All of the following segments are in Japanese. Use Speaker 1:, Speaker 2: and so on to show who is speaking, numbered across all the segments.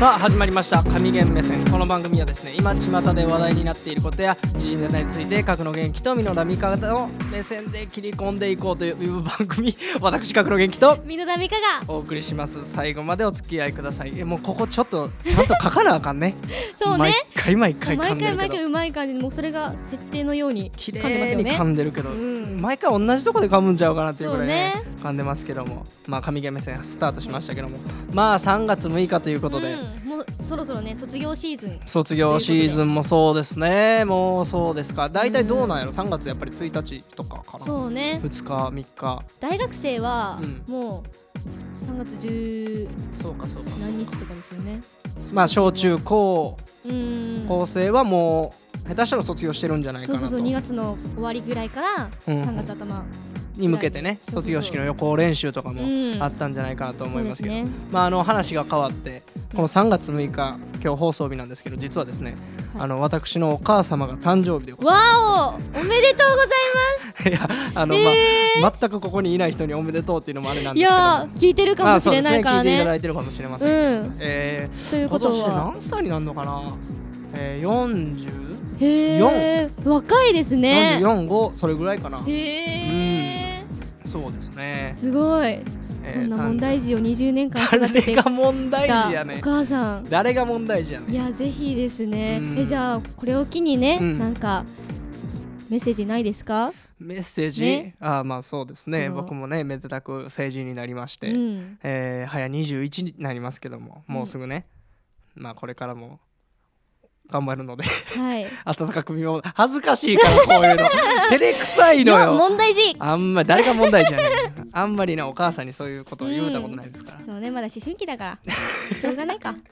Speaker 1: さあ始まりました神言目線この番組はですね今巷で話題になっていることや時事ネタについて格の元気と身の波方を目線で切り込んでいこうという番組私格の元気と
Speaker 2: みのだみかが
Speaker 1: お送りします最後までお付き合いくださいえもうここちょっとちゃんと書かなあかんね
Speaker 2: そうね
Speaker 1: 毎回毎回噛
Speaker 2: 毎
Speaker 1: んで
Speaker 2: 回
Speaker 1: るけ
Speaker 2: 毎
Speaker 1: ど
Speaker 2: 回うまい感じでもうそれが設定のように
Speaker 1: 綺
Speaker 2: 噛んでます
Speaker 1: 麗
Speaker 2: よ
Speaker 1: に噛
Speaker 2: ね
Speaker 1: んでるけど、
Speaker 2: うん
Speaker 1: 毎回同じとこで噛むんちゃうかなっていうぐらいね
Speaker 2: そう
Speaker 1: 噛んでますけどもまあ神ゲ目線スタートしましたけどもまあ3月6日ということで、
Speaker 2: うんもうそろそろね卒業シーズン
Speaker 1: 卒業シーズンもそうですねもうそうですか大体どうなんやろ3月やっぱり1日とかかな2
Speaker 2: そうね
Speaker 1: 日3日
Speaker 2: 大学生は
Speaker 1: うん
Speaker 2: もう3月10
Speaker 1: そうかそうか
Speaker 2: 何日とかですよね
Speaker 1: まあ小中高
Speaker 2: うーん
Speaker 1: 高生はもう下手したら卒業してるんじゃないか
Speaker 2: そう
Speaker 1: な
Speaker 2: そ
Speaker 1: と
Speaker 2: うそう2月の終わりぐらいから
Speaker 1: うん
Speaker 2: 3月頭
Speaker 1: に向けてね
Speaker 2: そうそうそう
Speaker 1: 卒業式の予行練習とかも
Speaker 2: うん
Speaker 1: あったんじゃないかなと思いますけど、
Speaker 2: そうですね
Speaker 1: まあ、あの話が変わってこの3月6日今日放送日なんですけど実はですね、
Speaker 2: はい
Speaker 1: あの私のお母様が誕生日でござい
Speaker 2: わおおめでとうござい
Speaker 1: ます。いやあの、
Speaker 2: え
Speaker 1: ま全くここにいない人におめでとうっていうのもあれなん
Speaker 2: ますい
Speaker 1: ですけども
Speaker 2: やー聞いてるか
Speaker 1: ま
Speaker 2: も
Speaker 1: あ
Speaker 2: し
Speaker 1: そう
Speaker 2: れ
Speaker 1: です
Speaker 2: ないから
Speaker 1: 聞いていただ
Speaker 2: ね
Speaker 1: いてるかもしれません。
Speaker 2: うん
Speaker 1: え
Speaker 2: とい
Speaker 1: ー、
Speaker 2: うこ
Speaker 1: 今
Speaker 2: と
Speaker 1: 年で
Speaker 2: は
Speaker 1: 何歳になるのかな、えー、
Speaker 2: へえ若いですね
Speaker 1: 40?44,5? それぐらいかな。
Speaker 2: へえ、
Speaker 1: そうですね。
Speaker 2: すごい。
Speaker 1: え
Speaker 2: こ
Speaker 1: ー
Speaker 2: んな問題児を20年間育
Speaker 1: 誰
Speaker 2: ててき
Speaker 1: が
Speaker 2: た
Speaker 1: 問
Speaker 2: お
Speaker 1: 題児やねん
Speaker 2: 母さん。
Speaker 1: 誰が問題児やねん
Speaker 2: いやぜひですね
Speaker 1: う。ん
Speaker 2: えじゃあこれを機にね、
Speaker 1: うん
Speaker 2: なんかメッセージないですか？
Speaker 1: メッセージ、
Speaker 2: ね
Speaker 1: あーまあそうですね
Speaker 2: うん
Speaker 1: 僕もねめでたく成人になりまし
Speaker 2: う
Speaker 1: て、
Speaker 2: ん。
Speaker 1: えー早21になりますけどももうすぐね、まあこれからも頑張るので
Speaker 2: はい。い
Speaker 1: 温かく見守恥ずかしいからこういうの照れくさいの
Speaker 2: や
Speaker 1: よ
Speaker 2: 問題児。
Speaker 1: あんま誰が問題じゃないあんまりねお母さんにそういうことを言うたことないですから、
Speaker 2: そうねまだ思春期だから。しょうがないか。うん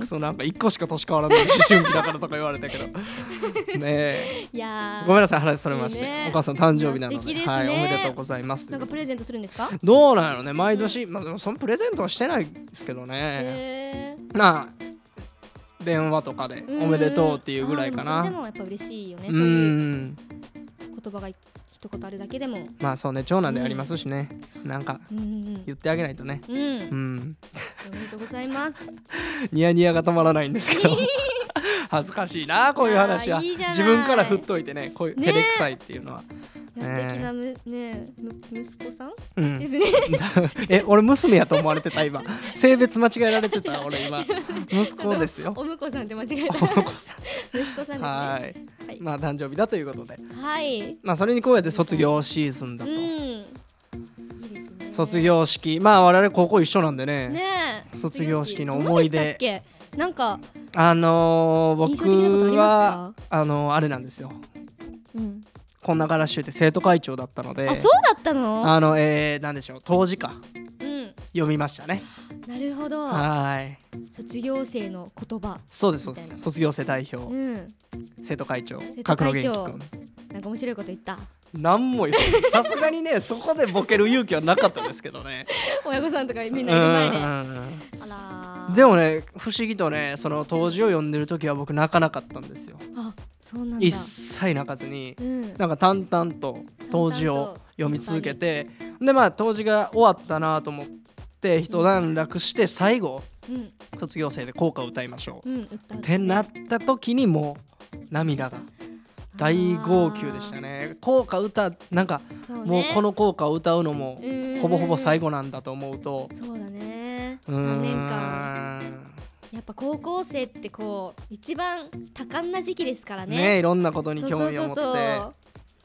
Speaker 1: ク、ソなんか一個しか年変わらない思春期だからとか言われたけど ねえ
Speaker 2: いやー
Speaker 1: ごめんなさい話それまして、
Speaker 2: ねえ
Speaker 1: お母さん誕生日なの
Speaker 2: 素
Speaker 1: で
Speaker 2: 敵ですね
Speaker 1: はい、おめでとうございます
Speaker 2: なんかプレゼントするんですか？
Speaker 1: どうなんやろね毎年、まあ、でもそのプレゼントはしてないですけどね、
Speaker 2: へえ。
Speaker 1: なあ電話とかで
Speaker 2: うん
Speaker 1: おめでとうっていうぐらいか
Speaker 2: あ
Speaker 1: な
Speaker 2: ーでもそれでもやっぱ嬉しいよね。
Speaker 1: う
Speaker 2: そういうん言葉が一言あるだけでも。
Speaker 1: まあそうね長男でありますしね、なんか
Speaker 2: うんうん
Speaker 1: 言ってあげないとね
Speaker 2: うん。うん
Speaker 1: う。ん
Speaker 2: おめでとうございます。
Speaker 1: ニヤニヤが止まらないんですけ ど恥ずかしいなこういう話は
Speaker 2: あーいいじゃない
Speaker 1: 自分から振っといてねこういう
Speaker 2: ねえ
Speaker 1: 照れくさいっていうのは、
Speaker 2: いや素敵なむねえむ息子さん
Speaker 1: うん
Speaker 2: ですね。
Speaker 1: え俺娘やと思われてた 今性別間違えられてた俺今息子ですよ
Speaker 2: お婿さんって間違えた。
Speaker 1: お子さ
Speaker 2: 息子さんです
Speaker 1: ん
Speaker 2: ね。
Speaker 1: は
Speaker 2: はいい。
Speaker 1: まあ誕生日だということで
Speaker 2: はい。
Speaker 1: まあそれに加えて卒業シーズンだ
Speaker 2: う
Speaker 1: と、
Speaker 2: ん。いいですね。
Speaker 1: 卒業式まあ我々高校一緒なんでね
Speaker 2: ねえ。
Speaker 1: 卒業式の思い出
Speaker 2: どうでしたっけ？なんか
Speaker 1: あのー
Speaker 2: 印象的なことあ
Speaker 1: 僕
Speaker 2: り
Speaker 1: は
Speaker 2: ま
Speaker 1: あのーあれなんですよ
Speaker 2: うん。
Speaker 1: こんなガラッシュって生徒会長だったので
Speaker 2: あそうだったの？
Speaker 1: あのえー、なんでしょう当時か
Speaker 2: うん。
Speaker 1: 読みましたね
Speaker 2: なるほど。
Speaker 1: はい
Speaker 2: 卒業生の言葉。
Speaker 1: そうですそうで
Speaker 2: みた
Speaker 1: す
Speaker 2: いな
Speaker 1: 卒業生代表、
Speaker 2: うん。
Speaker 1: 生徒会長
Speaker 2: 生徒
Speaker 1: 角野
Speaker 2: 会長
Speaker 1: 元気
Speaker 2: なんか面白いこと 言った。
Speaker 1: 君なんも言ってさすがにね そこでボケる勇気はなかったですけどね
Speaker 2: 親御さんとかみんないる前で。
Speaker 1: うん
Speaker 2: あ
Speaker 1: うんうん
Speaker 2: らー。
Speaker 1: でもね不思議とねその当時を読んでる時は僕泣かなかったんですよ
Speaker 2: あそうなんだ
Speaker 1: 一。切泣かずに
Speaker 2: うん。
Speaker 1: なんか淡々と当時を読み続けてでまあ当時が終わったなと思って一段落して最後
Speaker 2: うん。
Speaker 1: 卒業生で校歌を歌いましょう、
Speaker 2: うん。歌って
Speaker 1: っ
Speaker 2: ね
Speaker 1: てなった時にもう涙が大号泣でしたね校歌歌なんか
Speaker 2: あー。そうね。
Speaker 1: もうこの校歌を歌うのも
Speaker 2: うん
Speaker 1: ほぼほぼ最後なんだと思うと
Speaker 2: そうだね
Speaker 1: うー
Speaker 2: 3
Speaker 1: ん
Speaker 2: 年間やっぱ高校生ってこう一番多感な時期ですから
Speaker 1: ね
Speaker 2: ね
Speaker 1: いろんなことに
Speaker 2: そう
Speaker 1: 興
Speaker 2: そう
Speaker 1: 味
Speaker 2: そ
Speaker 1: を
Speaker 2: う
Speaker 1: 持って
Speaker 2: そう
Speaker 1: そ
Speaker 2: 思い出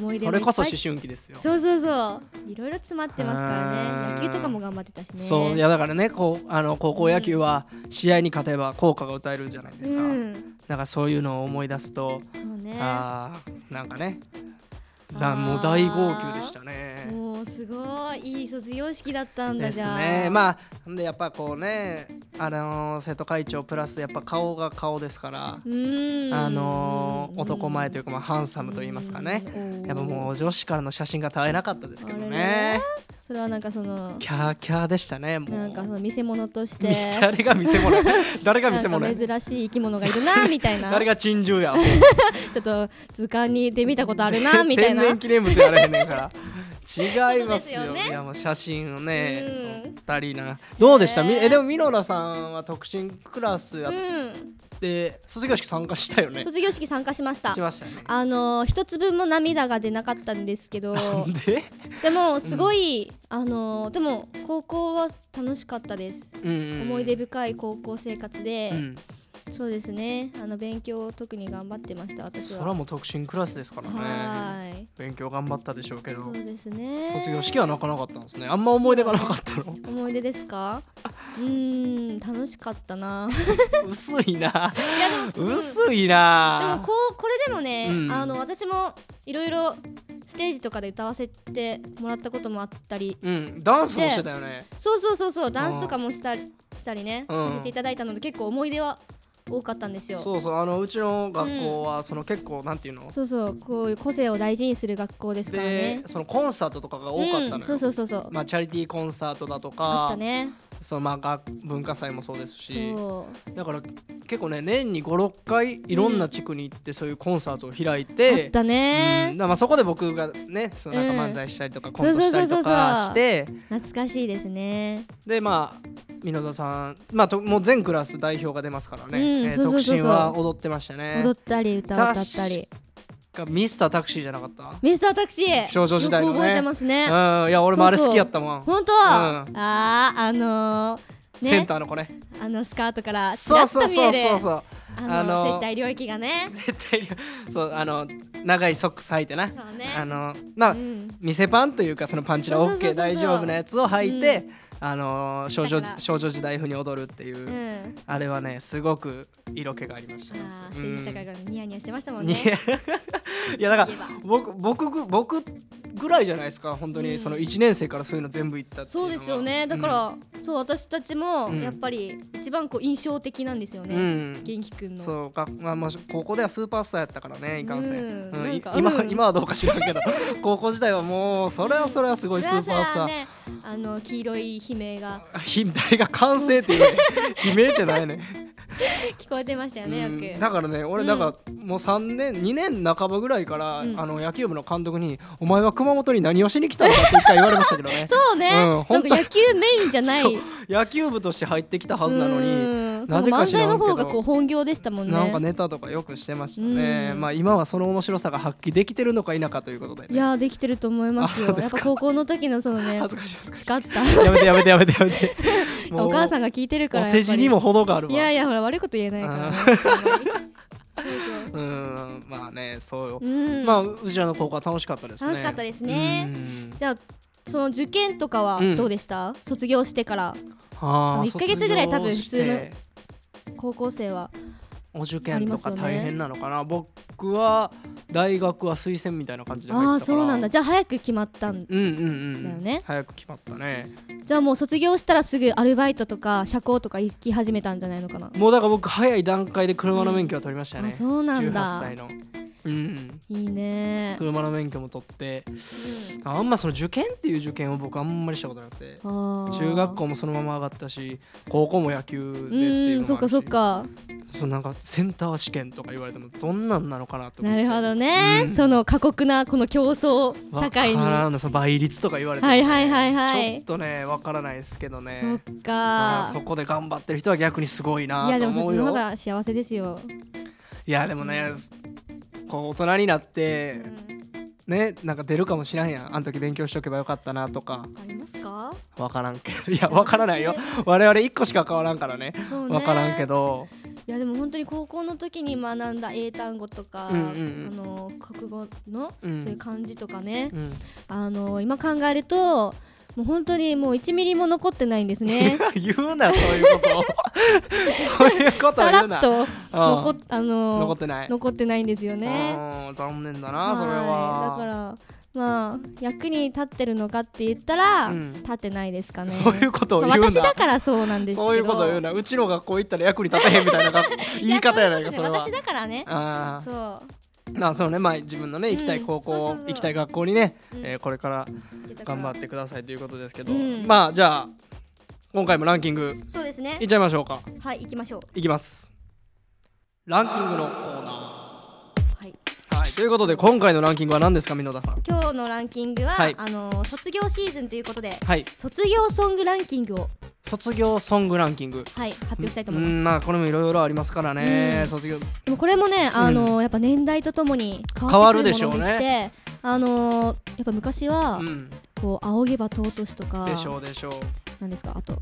Speaker 2: も
Speaker 1: れ
Speaker 2: いっ
Speaker 1: こ
Speaker 2: ぱい
Speaker 1: そ思春期ですよ
Speaker 2: そうそうそういろいろ詰まってますから
Speaker 1: あー
Speaker 2: ね野球とかも頑張ってたしね
Speaker 1: そういやだからねこうあの高校野球は試合に勝てば効果が歌えるんじゃないですか、
Speaker 2: うん
Speaker 1: だからそういうのを思い出すと、
Speaker 2: そうね
Speaker 1: あーなんかねな
Speaker 2: あー
Speaker 1: もう大号泣でしたね。
Speaker 2: もうすごいいい卒業式だったんだ
Speaker 1: で
Speaker 2: じ
Speaker 1: す
Speaker 2: ゃあ
Speaker 1: ね。まあほんでやっぱこうねあのー生徒会長プラスやっぱ顔が顔ですから、
Speaker 2: うーん
Speaker 1: あのー男前といううかまあハンサムと言いますかね。
Speaker 2: ん
Speaker 1: やっぱも
Speaker 2: お
Speaker 1: う
Speaker 2: ー
Speaker 1: 女子からの写真が絶えなかったですけど
Speaker 2: あれ
Speaker 1: ね
Speaker 2: ね。それはなんかその
Speaker 1: キャーキャーでしたね。もう
Speaker 2: なんかその見せ物として
Speaker 1: 見せ誰が見せ物誰が見
Speaker 2: な
Speaker 1: せ
Speaker 2: んか
Speaker 1: 物や
Speaker 2: 珍しい生き物がいる なみたいな
Speaker 1: 誰が珍獣や。
Speaker 2: ちょっと図鑑に行って見たことあるなみたいな
Speaker 1: 天然記念物やらへんねんから。違いますよ
Speaker 2: そうですよね
Speaker 1: いやもう写真をね
Speaker 2: うん
Speaker 1: 撮ったりなどうでした、み
Speaker 2: ねえ
Speaker 1: えでもミノラさんは特進クラスやっ
Speaker 2: う
Speaker 1: て、卒業式参加したよ
Speaker 2: ん、
Speaker 1: ね
Speaker 2: 卒業式参加しました
Speaker 1: しましたね
Speaker 2: あのー一粒も涙が出なかったんですけど
Speaker 1: で
Speaker 2: でもすごい、あのーでも高校は楽しかったです、思い出深い高校生活で
Speaker 1: う、ん、
Speaker 2: そうですねあの勉強を特に頑張ってました私
Speaker 1: それ
Speaker 2: は
Speaker 1: はもう特進クラスですからね
Speaker 2: はーい
Speaker 1: 勉強頑張ったでしょうけ
Speaker 2: そ
Speaker 1: ど
Speaker 2: うですね
Speaker 1: 卒業式は泣かなかったんですねあんま思い出がなかったの
Speaker 2: 思い出ですかうーん楽しかっ たな
Speaker 1: 薄いない
Speaker 2: やでもうん
Speaker 1: 薄い
Speaker 2: でも
Speaker 1: な
Speaker 2: こうこれでもね、
Speaker 1: うん
Speaker 2: あの私もいろいろステージとかで歌わせてもらったこともあったり
Speaker 1: うんダンスもしてたよね
Speaker 2: そうそうそうそうダンスとかもしたりしたりね、
Speaker 1: うん
Speaker 2: させていただいたので結構思い出は多かったんですよそう
Speaker 1: そうそうあのうちの学校はその結構なんていうの
Speaker 2: そうこういう個性を大事にする学校ですから
Speaker 1: で
Speaker 2: ね
Speaker 1: そのコンサートとかが多かった
Speaker 2: う
Speaker 1: の
Speaker 2: ん、そう
Speaker 1: よ
Speaker 2: そうそうそう、
Speaker 1: まあチャリティーコンサートだと
Speaker 2: あった
Speaker 1: か
Speaker 2: ね
Speaker 1: そのまあ学文化祭もそうですし
Speaker 2: そ
Speaker 1: だから結構ね年に56回いろんな地区に行ってそういうコンサートを開いう
Speaker 2: あ
Speaker 1: て
Speaker 2: った
Speaker 1: う
Speaker 2: ね
Speaker 1: ん、だからまあそこで僕がねそのなんか
Speaker 2: うん
Speaker 1: 漫才したりとかコントしたりとかして
Speaker 2: 懐かしいですね
Speaker 1: でまあ箕田さん、まあ、ともう全クラス代表が出ますからね、
Speaker 2: う
Speaker 1: えー
Speaker 2: んそうそうそうそう
Speaker 1: 特進は踊ってましたね
Speaker 2: 踊ったり歌を歌ったり
Speaker 1: がミスタータクシーじゃなかった
Speaker 2: ミスタータクシー
Speaker 1: 少女時代のね
Speaker 2: よく覚えてますね、
Speaker 1: うんいや俺もあれ好きやったもん
Speaker 2: 本当、
Speaker 1: う
Speaker 2: あーあのー
Speaker 1: セン
Speaker 2: ね
Speaker 1: ターの子ね
Speaker 2: あのスカートからちら
Speaker 1: そう
Speaker 2: っ
Speaker 1: そう
Speaker 2: と見
Speaker 1: そ
Speaker 2: え
Speaker 1: う
Speaker 2: る
Speaker 1: そう そう
Speaker 2: あ
Speaker 1: あの
Speaker 2: の絶対領域がね
Speaker 1: 絶対にそうあの長いソックス履いてな、
Speaker 2: そうね
Speaker 1: あのまあ、
Speaker 2: うん
Speaker 1: 店パンというかそのパンチラ
Speaker 2: そうそうそ
Speaker 1: OK
Speaker 2: うそう
Speaker 1: 大丈夫なやつを履いて、あの少女
Speaker 2: だから
Speaker 1: 少女時代風に踊るっていう、
Speaker 2: うん
Speaker 1: あれはねすごく色気がありまし
Speaker 2: あ
Speaker 1: たね
Speaker 2: ーステージ高いからニヤニヤしてましたもん
Speaker 1: にい
Speaker 2: ね。
Speaker 1: やだか
Speaker 2: 言え
Speaker 1: ら
Speaker 2: ば
Speaker 1: 僕僕ぐ僕ぐらいじゃないですか本当
Speaker 2: う
Speaker 1: に
Speaker 2: ん
Speaker 1: その1年生からそういうの全部行ったっていうの
Speaker 2: そ
Speaker 1: は
Speaker 2: うですよね。だから、そう私たちも
Speaker 1: うん
Speaker 2: やっぱり一番こう印象的なんですよ
Speaker 1: うん、
Speaker 2: ね。
Speaker 1: うん
Speaker 2: 元気くんの。
Speaker 1: そうか、まあ、まあ高校ではスーパースターやったからねいかんせん、
Speaker 2: うん
Speaker 1: うん
Speaker 2: ないんか
Speaker 1: 今
Speaker 2: うん
Speaker 1: 今はどうか知らんけど高校時代はもうそれはそれはすごいスーパースター、
Speaker 2: ね、あの黄色い悲鳴が
Speaker 1: 悲鳴が完成っていうね悲鳴ってないね
Speaker 2: 聞こえてましたよね。よ
Speaker 1: うん
Speaker 2: く。
Speaker 1: だからね俺
Speaker 2: うん
Speaker 1: だからもう3年2年半ばぐらいから、
Speaker 2: うん
Speaker 1: あの野球部の監督に「お前は熊本に何をしに来たのか」って一回言われましたけどね
Speaker 2: そうね。
Speaker 1: うん
Speaker 2: な
Speaker 1: 本
Speaker 2: ん
Speaker 1: 当
Speaker 2: か野球メインじゃない。
Speaker 1: そう野球部として入ってきたはずなのに、
Speaker 2: うん
Speaker 1: なぜか知らんけど
Speaker 2: 漫才の方がこう本業でしたもんね。
Speaker 1: なんかネタとかよくしてましたね、
Speaker 2: うん
Speaker 1: まあ今はその面白さが発揮できてるのか否かということで、ね、
Speaker 2: いやーできてると思います
Speaker 1: あそ
Speaker 2: よ
Speaker 1: う。で
Speaker 2: やっ
Speaker 1: すか
Speaker 2: ぱ高校の時のその ね
Speaker 1: 恥ずかしい恥ずかしい
Speaker 2: 誓った。
Speaker 1: やめてやめてやめてやめてもう
Speaker 2: お母さんが聞いてるから
Speaker 1: お
Speaker 2: やっぱり
Speaker 1: 世辞にも程があるわ
Speaker 2: いやいやほら悪いこと言えないからね
Speaker 1: うんまあねそうよ、
Speaker 2: うん
Speaker 1: まあうちらの高校は楽しかったですね
Speaker 2: 楽しかったですね
Speaker 1: うん
Speaker 2: じゃあその受験とかは
Speaker 1: うん
Speaker 2: どうでした、卒業してから
Speaker 1: あ
Speaker 2: あの
Speaker 1: ー
Speaker 2: 一ヶ月ぐらい多分普通の
Speaker 1: 卒業して
Speaker 2: 高校生は
Speaker 1: お受験とか大変なのかな、僕は大学は推薦みたいな感じで入ったから
Speaker 2: ああーそうなんだじゃあ早く決まったん
Speaker 1: うんうんうん
Speaker 2: だよね
Speaker 1: 早く決まったね
Speaker 2: じゃあもう卒業したらすぐアルバイトとか社交とか行き始めたんじゃないのかな、
Speaker 1: もうだから僕早い段階で車の免許は取りましたね、
Speaker 2: あそうなん
Speaker 1: 18
Speaker 2: だ
Speaker 1: 歳のうん
Speaker 2: いいね
Speaker 1: 車の免許も取ってあんまその受験っていう受験を僕あんまりしたことなくて中
Speaker 2: 中
Speaker 1: 学校もそのまま上がったし高校も野球でって
Speaker 2: う
Speaker 1: いう
Speaker 2: ー
Speaker 1: の
Speaker 2: ん
Speaker 1: も
Speaker 2: そ
Speaker 1: あ
Speaker 2: っ
Speaker 1: る
Speaker 2: か
Speaker 1: し
Speaker 2: そっか
Speaker 1: そうなんかセンター試験とか言われてもどんなんなのかなと思っ
Speaker 2: な
Speaker 1: て
Speaker 2: るほどね、
Speaker 1: うん
Speaker 2: その過酷なこの競争社会に
Speaker 1: わからんのその倍率とか言われても
Speaker 2: はいはいはいはい
Speaker 1: ちょっとねわからないですけどね
Speaker 2: そっ
Speaker 1: まあ
Speaker 2: か
Speaker 1: そこで頑張ってる人は逆にすごいない
Speaker 2: やで
Speaker 1: と
Speaker 2: もそっ
Speaker 1: 思
Speaker 2: ち
Speaker 1: う
Speaker 2: の
Speaker 1: よ
Speaker 2: 方が幸せですよ、
Speaker 1: いやでもねこう大人になってねなんか出るかもしらんやんあの時勉強しとけばよかったなとか
Speaker 2: ありますか
Speaker 1: わから んけどいやわからないよ我々1個しか変わらんからね
Speaker 2: そうね
Speaker 1: わからんけど
Speaker 2: いやでも本当に高校の時に学んだ英単語とか、
Speaker 1: うんうんうん
Speaker 2: あの国語の、
Speaker 1: うん
Speaker 2: そういう漢字とかね、
Speaker 1: うん
Speaker 2: あの今考えるともう本当にもう1ミリも残ってないんですね
Speaker 1: 言うなそういう こと そういうこと言
Speaker 2: さ
Speaker 1: う
Speaker 2: ら
Speaker 1: な
Speaker 2: っと残
Speaker 1: う
Speaker 2: っ
Speaker 1: ん
Speaker 2: あの
Speaker 1: 残ってない
Speaker 2: 残ってないんですよね
Speaker 1: うん残念だなそれ
Speaker 2: はいだか
Speaker 1: は
Speaker 2: らまあ役に立ってるのかって言ったら、
Speaker 1: うん
Speaker 2: 立ってないですかね
Speaker 1: そういうことを言う
Speaker 2: まあ
Speaker 1: な
Speaker 2: 私だからそうなんですけど
Speaker 1: そういうこと言うなうちの学校行ったら役に立たへんみたい なが言い方やないかそれは
Speaker 2: 私だからね
Speaker 1: ああ
Speaker 2: そ
Speaker 1: まあそうねまあ自分のね行きたい高
Speaker 2: うん
Speaker 1: 校
Speaker 2: そうそうそう
Speaker 1: 行きたい学校にね
Speaker 2: うん
Speaker 1: えーこれから
Speaker 2: う
Speaker 1: 頑張ってくださいということですけど
Speaker 2: うん
Speaker 1: まあじゃあ今回もランキング
Speaker 2: そうですね
Speaker 1: いっちゃいましょうか
Speaker 2: はい行きましょう
Speaker 1: いきますランキングのコーナ
Speaker 2: はい
Speaker 1: ーはいということで今回のランキングは何ですか箕田さん
Speaker 2: 今日のランキングは、
Speaker 1: はい
Speaker 2: あの卒業シーズンということで
Speaker 1: はい
Speaker 2: 卒業ソングランキングを、
Speaker 1: 卒業ソングランキング
Speaker 2: はい、発表したいと
Speaker 1: う
Speaker 2: 思います
Speaker 1: んまあこれもいろいろありますからね
Speaker 2: うん
Speaker 1: 卒業
Speaker 2: でもこれもねあの、やっぱ年代とともに変
Speaker 1: 変
Speaker 2: わ
Speaker 1: わ
Speaker 2: っ
Speaker 1: る
Speaker 2: てく
Speaker 1: で
Speaker 2: る
Speaker 1: しょ
Speaker 2: も
Speaker 1: う
Speaker 2: の
Speaker 1: ね
Speaker 2: でしてあのやっぱ昔は、
Speaker 1: うん
Speaker 2: こう仰げば尊しとか
Speaker 1: でしょうでしょう
Speaker 2: なんですかあと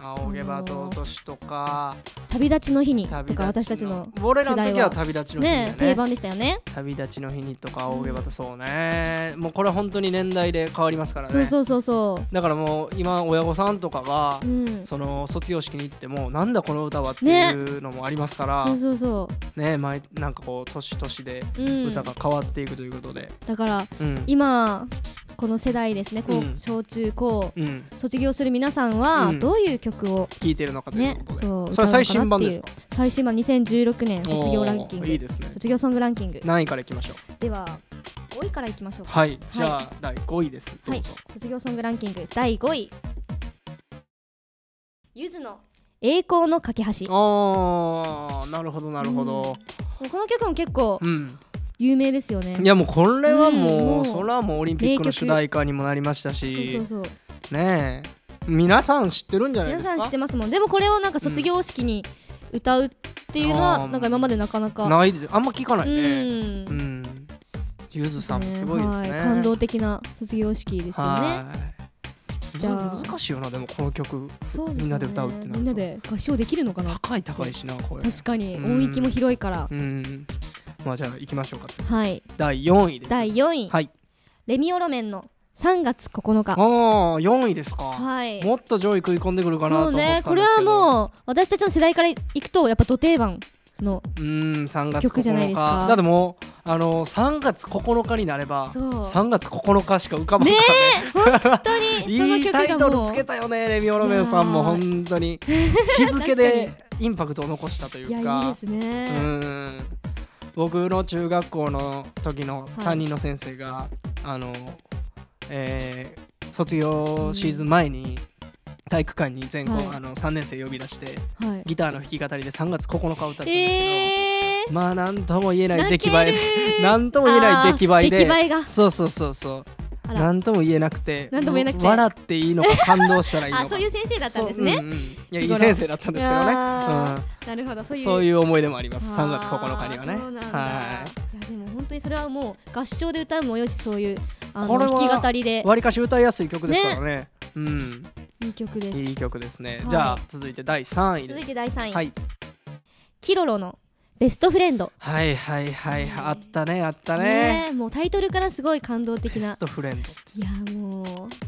Speaker 1: 仰げば尊しとか
Speaker 2: 旅立ちの日に
Speaker 1: 旅立
Speaker 2: と
Speaker 1: ち
Speaker 2: か私たちの
Speaker 1: 俺らの
Speaker 2: 世
Speaker 1: 時
Speaker 2: 代
Speaker 1: は
Speaker 2: は
Speaker 1: 旅立ちの日だよ
Speaker 2: ね定番でしたよね
Speaker 1: 旅立ちの日にとか仰げばとそうね、もうこれは本当に年代で変わりますからね
Speaker 2: そうそうそうそ
Speaker 1: だからもう今親御さんとかは
Speaker 2: う、うん
Speaker 1: そ
Speaker 2: そ
Speaker 1: の卒業式に行ってもなんだこの歌はっていうのもありますから
Speaker 2: う
Speaker 1: ね
Speaker 2: そうそ
Speaker 1: 毎なんかこう年々で
Speaker 2: う、うん、
Speaker 1: 歌が変わっていくということで、
Speaker 2: だから
Speaker 1: うん
Speaker 2: 今この世代ですねこう、
Speaker 1: うん
Speaker 2: 小中高
Speaker 1: うん、
Speaker 2: 卒業する皆さんは
Speaker 1: うん
Speaker 2: どういう曲を、
Speaker 1: 聞いてるのかという
Speaker 2: ね
Speaker 1: ことで、
Speaker 2: そう
Speaker 1: それ最新
Speaker 2: 歌う
Speaker 1: 版
Speaker 2: のかなってい
Speaker 1: で
Speaker 2: う
Speaker 1: すか
Speaker 2: 最新版2016年卒業ランキン
Speaker 1: お
Speaker 2: グ
Speaker 1: ーいいですね
Speaker 2: 卒業ソングランキング
Speaker 1: 何位からいきましょう
Speaker 2: では5位からいきましょうか
Speaker 1: はいじゃあ、第5位ですどう
Speaker 2: はい
Speaker 1: ぞ、
Speaker 2: 卒業ソングランキング第5位ゆずの栄光の架け橋
Speaker 1: あーなるほどなるほど
Speaker 2: もうこの曲も結構
Speaker 1: うん
Speaker 2: 有名ですよね
Speaker 1: いやもうこれはもう,、
Speaker 2: うんもう
Speaker 1: それはもうオリンピックの
Speaker 2: 名曲
Speaker 1: 主題歌にもなりましたし
Speaker 2: そうそうそう
Speaker 1: ねえ皆さん知ってるんじゃないで
Speaker 2: 皆
Speaker 1: すか
Speaker 2: さん知ってますもんでもこれをなんか卒業式に歌うっていうのは、
Speaker 1: うん
Speaker 2: なんか今までなかなか
Speaker 1: ないですあんま聞かな
Speaker 2: う
Speaker 1: いね
Speaker 2: ん
Speaker 1: うん、ゆずさんもすごいですね
Speaker 2: はい感動的な卒業式ですよね
Speaker 1: はい
Speaker 2: じゃあ
Speaker 1: むず難しいよなでもこの曲
Speaker 2: そうですよね
Speaker 1: みんなで歌うってな
Speaker 2: みんな
Speaker 1: ると
Speaker 2: で合唱できるのかな
Speaker 1: 高い高いしなこれ
Speaker 2: 確かに
Speaker 1: うん
Speaker 2: 音域も広いから
Speaker 1: うんまあじゃあ行きましょうか次
Speaker 2: はい
Speaker 1: 第4位です
Speaker 2: 第4位、
Speaker 1: はい
Speaker 2: レミオロメンの3月9
Speaker 1: あ
Speaker 2: 日
Speaker 1: あ4位ですか、
Speaker 2: はい
Speaker 1: もっと上位食い込んでくるかなと思
Speaker 2: そう
Speaker 1: ったんです
Speaker 2: ね
Speaker 1: けど
Speaker 2: これはもう私たちの世代からいくとやっぱ土定番の
Speaker 1: うーん3月9日
Speaker 2: 曲じゃないですか
Speaker 1: だってもうあの3月9日になれば
Speaker 2: そう
Speaker 1: 3月9日しか浮かばんからね
Speaker 2: ね本当に そ
Speaker 1: い
Speaker 2: の
Speaker 1: いタイ
Speaker 2: 曲
Speaker 1: ト
Speaker 2: が
Speaker 1: ル
Speaker 2: も
Speaker 1: つ
Speaker 2: う
Speaker 1: けたよねレミオロメンさんも
Speaker 2: いやー
Speaker 1: 本当に 日付でインパクトを残したという
Speaker 2: いや
Speaker 1: か
Speaker 2: いいです
Speaker 1: う
Speaker 2: ね
Speaker 1: ーん僕の中学校の時の担任の先生が、あの、えー卒業シーズン前に体育館に全校、
Speaker 2: はい
Speaker 1: あの3年生呼び出して
Speaker 2: はい
Speaker 1: ギターの弾き語りで3月9日を歌ったんですけど、
Speaker 2: えー
Speaker 1: まあなんとも言えない出来
Speaker 2: 泣け
Speaker 1: 栄
Speaker 2: る
Speaker 1: えなんとも言えない出来栄えで
Speaker 2: あー出来栄えが
Speaker 1: そうそうそうそう
Speaker 2: あら
Speaker 1: なんとも言えなくて
Speaker 2: なんとも言えなくて
Speaker 1: 笑っていいのか感動したらいいのか
Speaker 2: あそういう先生だったんです
Speaker 1: そう
Speaker 2: ね
Speaker 1: うんうんいやい
Speaker 2: 日
Speaker 1: い
Speaker 2: 頃
Speaker 1: 先生だったんですけどね
Speaker 2: いやー
Speaker 1: うん
Speaker 2: なるほどそういう
Speaker 1: そういう思い出もあります
Speaker 2: あ
Speaker 1: 3
Speaker 2: ー
Speaker 1: 月9日にはね
Speaker 2: そうなんだ
Speaker 1: はい
Speaker 2: やでも本当にそれはもう合唱で歌うもよしそういうあ
Speaker 1: これ
Speaker 2: の
Speaker 1: は
Speaker 2: 弾き語りで
Speaker 1: いわりかし歌いやすい曲ですからねうん
Speaker 2: いい曲です
Speaker 1: いい曲ですね、
Speaker 2: はい
Speaker 1: じゃあ続いて第3位です
Speaker 2: 続いて第3位、
Speaker 1: はい
Speaker 2: キロロのベストフレンド
Speaker 1: はいはいはいあったねあったね
Speaker 2: ねえもうタイトルからすごい感動的
Speaker 1: ベ
Speaker 2: な
Speaker 1: ストフレンド
Speaker 2: いやもう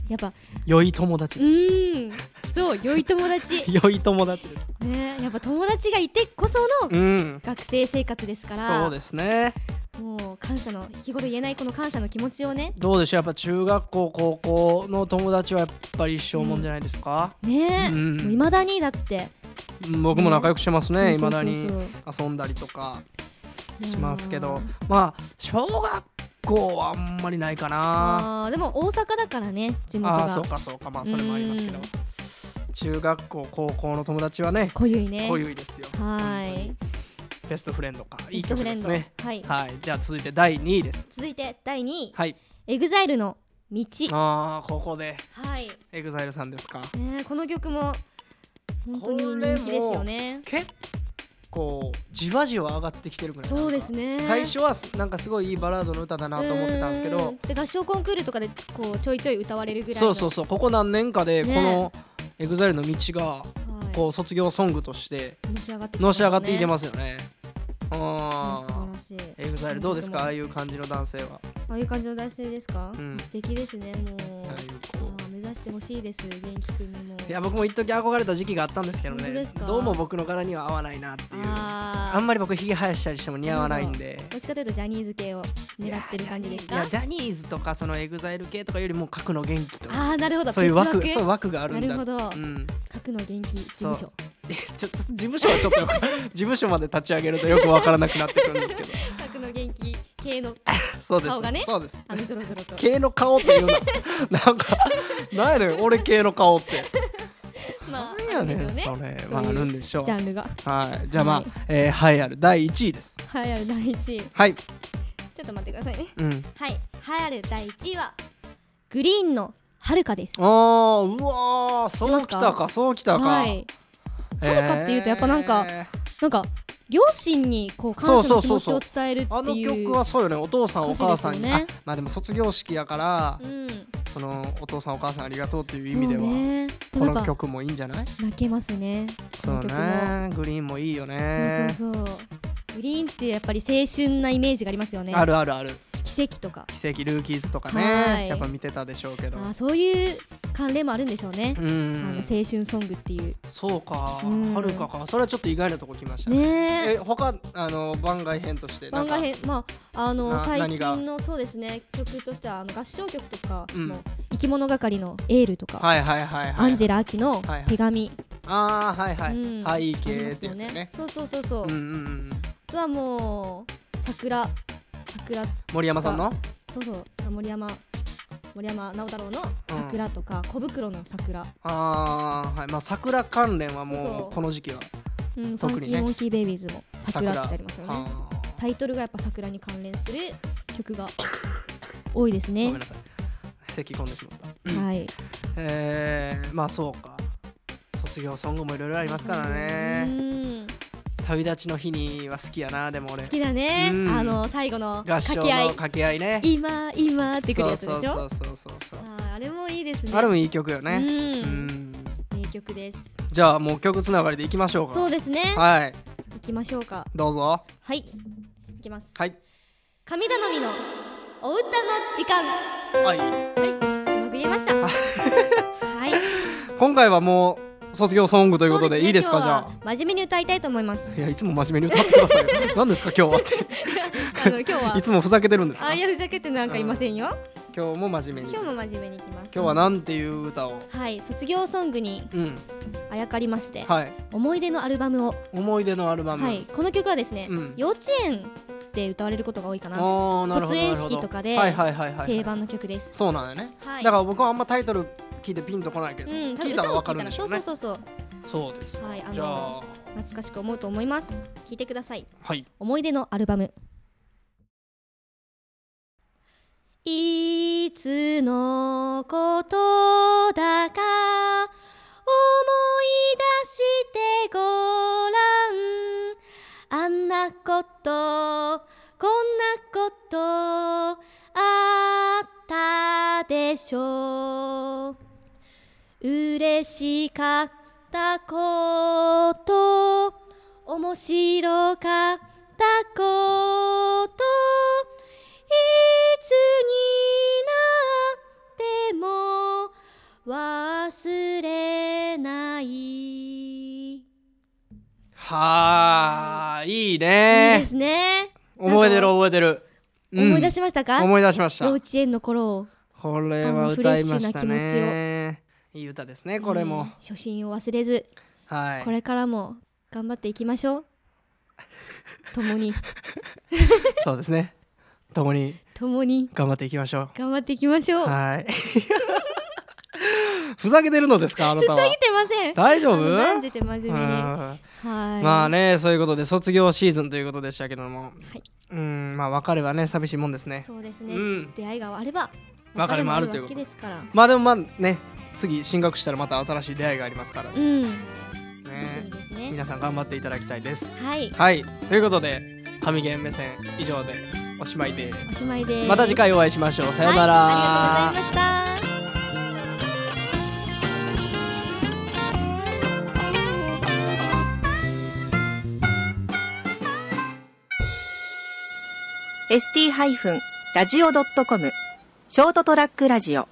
Speaker 2: やっぱ
Speaker 1: 良い友達
Speaker 2: う
Speaker 1: です
Speaker 2: ーんそう良い友達
Speaker 1: 良い友達です
Speaker 2: ねえやっぱ友達がいてこその
Speaker 1: うん
Speaker 2: 学生生活ですから
Speaker 1: そうですね
Speaker 2: もう感謝の日頃言えないこの感謝の気持ちをね
Speaker 1: どうでしょうやっぱ中学校高校の友達はやっぱり一生もんじゃないですか、
Speaker 2: ねえ、
Speaker 1: うん
Speaker 2: もう未だにだって
Speaker 1: 僕も仲良くしてますねい
Speaker 2: そ
Speaker 1: ま
Speaker 2: うそ
Speaker 1: だ
Speaker 2: うそうそ
Speaker 1: に
Speaker 2: う
Speaker 1: 遊んだりとかしますけ
Speaker 2: いや
Speaker 1: ど
Speaker 2: ー
Speaker 1: まあ小学校はあんまりないかな
Speaker 2: あーでも大阪だからね地元
Speaker 1: ああーそう
Speaker 2: が
Speaker 1: かそうかまあそれもありますけど
Speaker 2: うん
Speaker 1: 中学校高校の友達はね
Speaker 2: 濃ゆいね
Speaker 1: 濃ゆいですよ
Speaker 2: は
Speaker 1: 本当に
Speaker 2: い
Speaker 1: ベストフレンドかい
Speaker 2: ベ
Speaker 1: い
Speaker 2: スト
Speaker 1: 曲
Speaker 2: フレ
Speaker 1: です
Speaker 2: ンド
Speaker 1: ね
Speaker 2: はい
Speaker 1: はいじゃあ続いて第2位です
Speaker 2: 続いて第2位
Speaker 1: はい
Speaker 2: エグザイルの道
Speaker 1: ああここで
Speaker 2: はいね
Speaker 1: EXILE さんですか
Speaker 2: えこの曲も本当に人気ですよね
Speaker 1: 結構じわじわ上がってきてるぐらい
Speaker 2: そうですね
Speaker 1: 最初はなんかすごいいいバラードの歌だなと思ってたんですけ
Speaker 2: う
Speaker 1: ど
Speaker 2: ーんで合唱コンクールとかでこうちょいちょい歌われるぐらい
Speaker 1: そ
Speaker 2: の
Speaker 1: うそうそうここ何年かでこの
Speaker 2: ね
Speaker 1: EXILE の道が
Speaker 2: はい
Speaker 1: こう卒業ソングとして
Speaker 2: のし上がってきて
Speaker 1: のし上がってきて
Speaker 2: す
Speaker 1: ますよね。うん。
Speaker 2: よね素晴らしい
Speaker 1: EXILE どうですかああいう感じの男性は。
Speaker 2: ああいう感じの男性ですか、
Speaker 1: うん
Speaker 2: 素敵ですねもう
Speaker 1: ああいうこ
Speaker 2: あー目指してほしいです元気くんにも
Speaker 1: ういや僕も一時憧れた時期があったんですけど
Speaker 2: 本当
Speaker 1: ね
Speaker 2: ですか
Speaker 1: どうも僕の柄には合わないなっていうあ
Speaker 2: あー
Speaker 1: んまり僕ひげ生やしたりしても似合わないんで
Speaker 2: どっちかというとジャニーズ系を狙ってる感じです
Speaker 1: い
Speaker 2: か
Speaker 1: やジャニーズとかその EXILE 系とかよりも格の元気とか
Speaker 2: ああなるほど
Speaker 1: そういう枠
Speaker 2: 別
Speaker 1: そう枠があるんだ
Speaker 2: なるほど
Speaker 1: うん、
Speaker 2: 格の元気事務所
Speaker 1: そえちょっと事務所はちょっとよ く事務所まで立ち上げるとよくわからなくなってくるんですけど
Speaker 2: 格の元気系の
Speaker 1: そうです
Speaker 2: 顔がね
Speaker 1: そうです
Speaker 2: あのゾロゾロと
Speaker 1: 系の顔って言うななんかなんやねん 俺系の顔って
Speaker 2: まあ
Speaker 1: なんやねん
Speaker 2: あるでしょう
Speaker 1: それ
Speaker 2: ういう
Speaker 1: まああるんでしょう
Speaker 2: ジャンルが
Speaker 1: はいじゃあまあ
Speaker 2: はい
Speaker 1: えー栄えある第1位です
Speaker 2: はいある第一位
Speaker 1: はい
Speaker 2: ちちょっと待ってくださいね
Speaker 1: うん
Speaker 2: はい流行る第1位はグリーンのはるかです
Speaker 1: あーうわーそうき
Speaker 2: 知って
Speaker 1: た
Speaker 2: ます
Speaker 1: かそうきたか、
Speaker 2: はいはるかっていうとやっぱなんか
Speaker 1: え
Speaker 2: なんか両親にこう感謝の気持ち
Speaker 1: そうそうそうそ
Speaker 2: を
Speaker 1: う
Speaker 2: 伝えるっていう
Speaker 1: ーあの曲はそうよねお父さんお母さんに、
Speaker 2: 歌詞ですよね
Speaker 1: あまあでも卒業式やから、
Speaker 2: うん
Speaker 1: そのお父さんお母さんありがとうっていう意味では、
Speaker 2: そうねで
Speaker 1: こ
Speaker 2: もやっぱ
Speaker 1: の曲もいいんじゃない
Speaker 2: 泣けますねこ
Speaker 1: そう
Speaker 2: の曲も
Speaker 1: ねグリーンもいいよね
Speaker 2: そうそうそうグリーンってやっぱり青春なイメージがありますよね
Speaker 1: あるあるある
Speaker 2: 奇跡とか
Speaker 1: 奇跡ルーキーズとか
Speaker 2: は
Speaker 1: ね
Speaker 2: い
Speaker 1: やっぱ見てたでしょうけ
Speaker 2: あ
Speaker 1: ど
Speaker 2: ーそういう関連もあるんでしょうね、
Speaker 1: う
Speaker 2: あの
Speaker 1: ん
Speaker 2: 青春ソングっていう
Speaker 1: そうか
Speaker 2: うん
Speaker 1: はるかかそれはちょっと意外なとこ来ましたね
Speaker 2: ね
Speaker 1: え
Speaker 2: え
Speaker 1: 他あの番外編としてな
Speaker 2: 漫
Speaker 1: んか
Speaker 2: 画編まああの
Speaker 1: な
Speaker 2: 最
Speaker 1: 何が
Speaker 2: 近のそうですね曲としてはあの合唱曲とか、
Speaker 1: うん
Speaker 2: もう生き物係のエールとか、
Speaker 1: はいはいはいはい
Speaker 2: アンジェラ・アキ
Speaker 1: は
Speaker 2: の
Speaker 1: いはい
Speaker 2: 手紙、
Speaker 1: ああはいは
Speaker 2: うん
Speaker 1: い背
Speaker 2: あり
Speaker 1: 景
Speaker 2: ま
Speaker 1: っ
Speaker 2: す
Speaker 1: て
Speaker 2: よ
Speaker 1: やつよね
Speaker 2: そうそうそうそ
Speaker 1: う
Speaker 2: う、
Speaker 1: んう
Speaker 2: あ
Speaker 1: んうん
Speaker 2: とはもう桜桜
Speaker 1: 森山さんの
Speaker 2: そうそうあ森山森山直太朗の桜とか、小袋の桜、
Speaker 1: ああはいまあ桜関連は
Speaker 2: そうそ
Speaker 1: も
Speaker 2: う
Speaker 1: うこの時期は
Speaker 2: うんファン
Speaker 1: 特
Speaker 2: キ
Speaker 1: に
Speaker 2: ー、
Speaker 1: ね
Speaker 2: モンキーベイビーズも桜ってありますよね
Speaker 1: はー
Speaker 2: タイトルがやっぱ桜に関連する曲 が多いです
Speaker 1: ご
Speaker 2: ね
Speaker 1: めんなさい咳込んでしまった
Speaker 2: はい
Speaker 1: えー、まあそうか卒業ソングもいろいろありますからね
Speaker 2: うん
Speaker 1: 旅立ちの日には好きやなでも俺
Speaker 2: 好きだね、
Speaker 1: うん
Speaker 2: あの最後の
Speaker 1: 合
Speaker 2: 掛
Speaker 1: 唱
Speaker 2: け合
Speaker 1: の
Speaker 2: い
Speaker 1: 掛け合いね
Speaker 2: 今今ってくるやつでしょ
Speaker 1: そうそうそうそうそう
Speaker 2: あーあれもいいですね
Speaker 1: あれもいい曲よね
Speaker 2: う、
Speaker 1: うんん
Speaker 2: 名曲です
Speaker 1: じゃあもう曲つながりでいきましょうか
Speaker 2: そうですね
Speaker 1: はい
Speaker 2: 行きましょうか
Speaker 1: どうぞ
Speaker 2: はい行きます
Speaker 1: はい
Speaker 2: 神頼みのお歌の時間は
Speaker 1: はい
Speaker 2: いうまく言えましたはい
Speaker 1: 今回はもう卒業ソング ということで
Speaker 2: そ
Speaker 1: いいですか
Speaker 2: ね
Speaker 1: じゃ
Speaker 2: 今日は真面目に歌いたいと思いま す
Speaker 1: あいやいつも真面目に歌ってくだ さいよ何ですか今日はって
Speaker 2: あの今日はい
Speaker 1: つもふざけてるんですか
Speaker 2: あいやふざけてなんかいませんよ
Speaker 1: 今日も真面目に
Speaker 2: 今日
Speaker 1: 今
Speaker 2: も真面目にいきます
Speaker 1: 日はなんていう歌を
Speaker 2: はい卒業ソングに
Speaker 1: うん
Speaker 2: あやかりまして
Speaker 1: はい
Speaker 2: 思い出のアルバムを
Speaker 1: 思い出のアルバム
Speaker 2: はいこの曲はですね
Speaker 1: うん
Speaker 2: 幼稚園で歌われることが多いかな
Speaker 1: あーなるほど
Speaker 2: 卒園式とかで
Speaker 1: なるほどはいはいはいはい、はい、
Speaker 2: 定番の曲です
Speaker 1: そうなんだよね、
Speaker 2: はい
Speaker 1: だから僕はあんまタイトル聞いてピンとこないけ
Speaker 2: う
Speaker 1: ど、
Speaker 2: ん多
Speaker 1: 聞
Speaker 2: 分
Speaker 1: いたら
Speaker 2: 歌
Speaker 1: わ
Speaker 2: を
Speaker 1: か
Speaker 2: 聴い
Speaker 1: る
Speaker 2: た
Speaker 1: んで
Speaker 2: ら
Speaker 1: し
Speaker 2: そ
Speaker 1: ょ
Speaker 2: う
Speaker 1: う
Speaker 2: そう
Speaker 1: ね
Speaker 2: そうそ
Speaker 1: そ
Speaker 2: う
Speaker 1: うですよ
Speaker 2: はいあの
Speaker 1: じゃあ
Speaker 2: 懐かしく思うと思います聴いてください
Speaker 1: はい
Speaker 2: 思い出のアルバムいつのことだか思い出してごらんあんなことこんなことあったでしょう嬉しかったこと面白かったこといつになっても忘れないいい
Speaker 1: はーいい
Speaker 2: で
Speaker 1: ね
Speaker 2: すね、
Speaker 1: 覚えてる覚えてる、
Speaker 2: 思い出
Speaker 1: し
Speaker 2: しましたか
Speaker 1: 思い出しました
Speaker 2: 幼稚園の頃を
Speaker 1: これは歌いました
Speaker 2: あのフレッシュ
Speaker 1: ねいい歌ですねこれ
Speaker 2: う
Speaker 1: も
Speaker 2: ん、初心を忘れず
Speaker 1: はい
Speaker 2: これからも頑張っていきましょう共 に
Speaker 1: そうですね共に
Speaker 2: 共に
Speaker 1: 頑張っていきましょ
Speaker 2: 頑張っていきましょう
Speaker 1: うはいふざけてるのですかあなたは
Speaker 2: 見てません
Speaker 1: 大丈夫
Speaker 2: あの断じて真面目には
Speaker 1: うん
Speaker 2: い
Speaker 1: まあねそういうことで卒業シーズンということでしたけども、
Speaker 2: はい
Speaker 1: うんまあ別れはね寂しいもんですね
Speaker 2: そうですね、
Speaker 1: うん
Speaker 2: 出会いがあれば
Speaker 1: 別れもある
Speaker 2: 別わ
Speaker 1: ということ
Speaker 2: けですから
Speaker 1: まあでもまあね次進学したらまた新しい出会いがありますからね
Speaker 2: うん楽しみですね
Speaker 1: 皆さん頑張っていただきたいです
Speaker 2: はい
Speaker 1: はいということで神ゲン目線以上でおしまいで
Speaker 2: おしまいです
Speaker 1: また次回お会いしましょうさようなら、
Speaker 2: はい、ありがとうございました
Speaker 3: ー ST-radio.com ショートトラックラジオ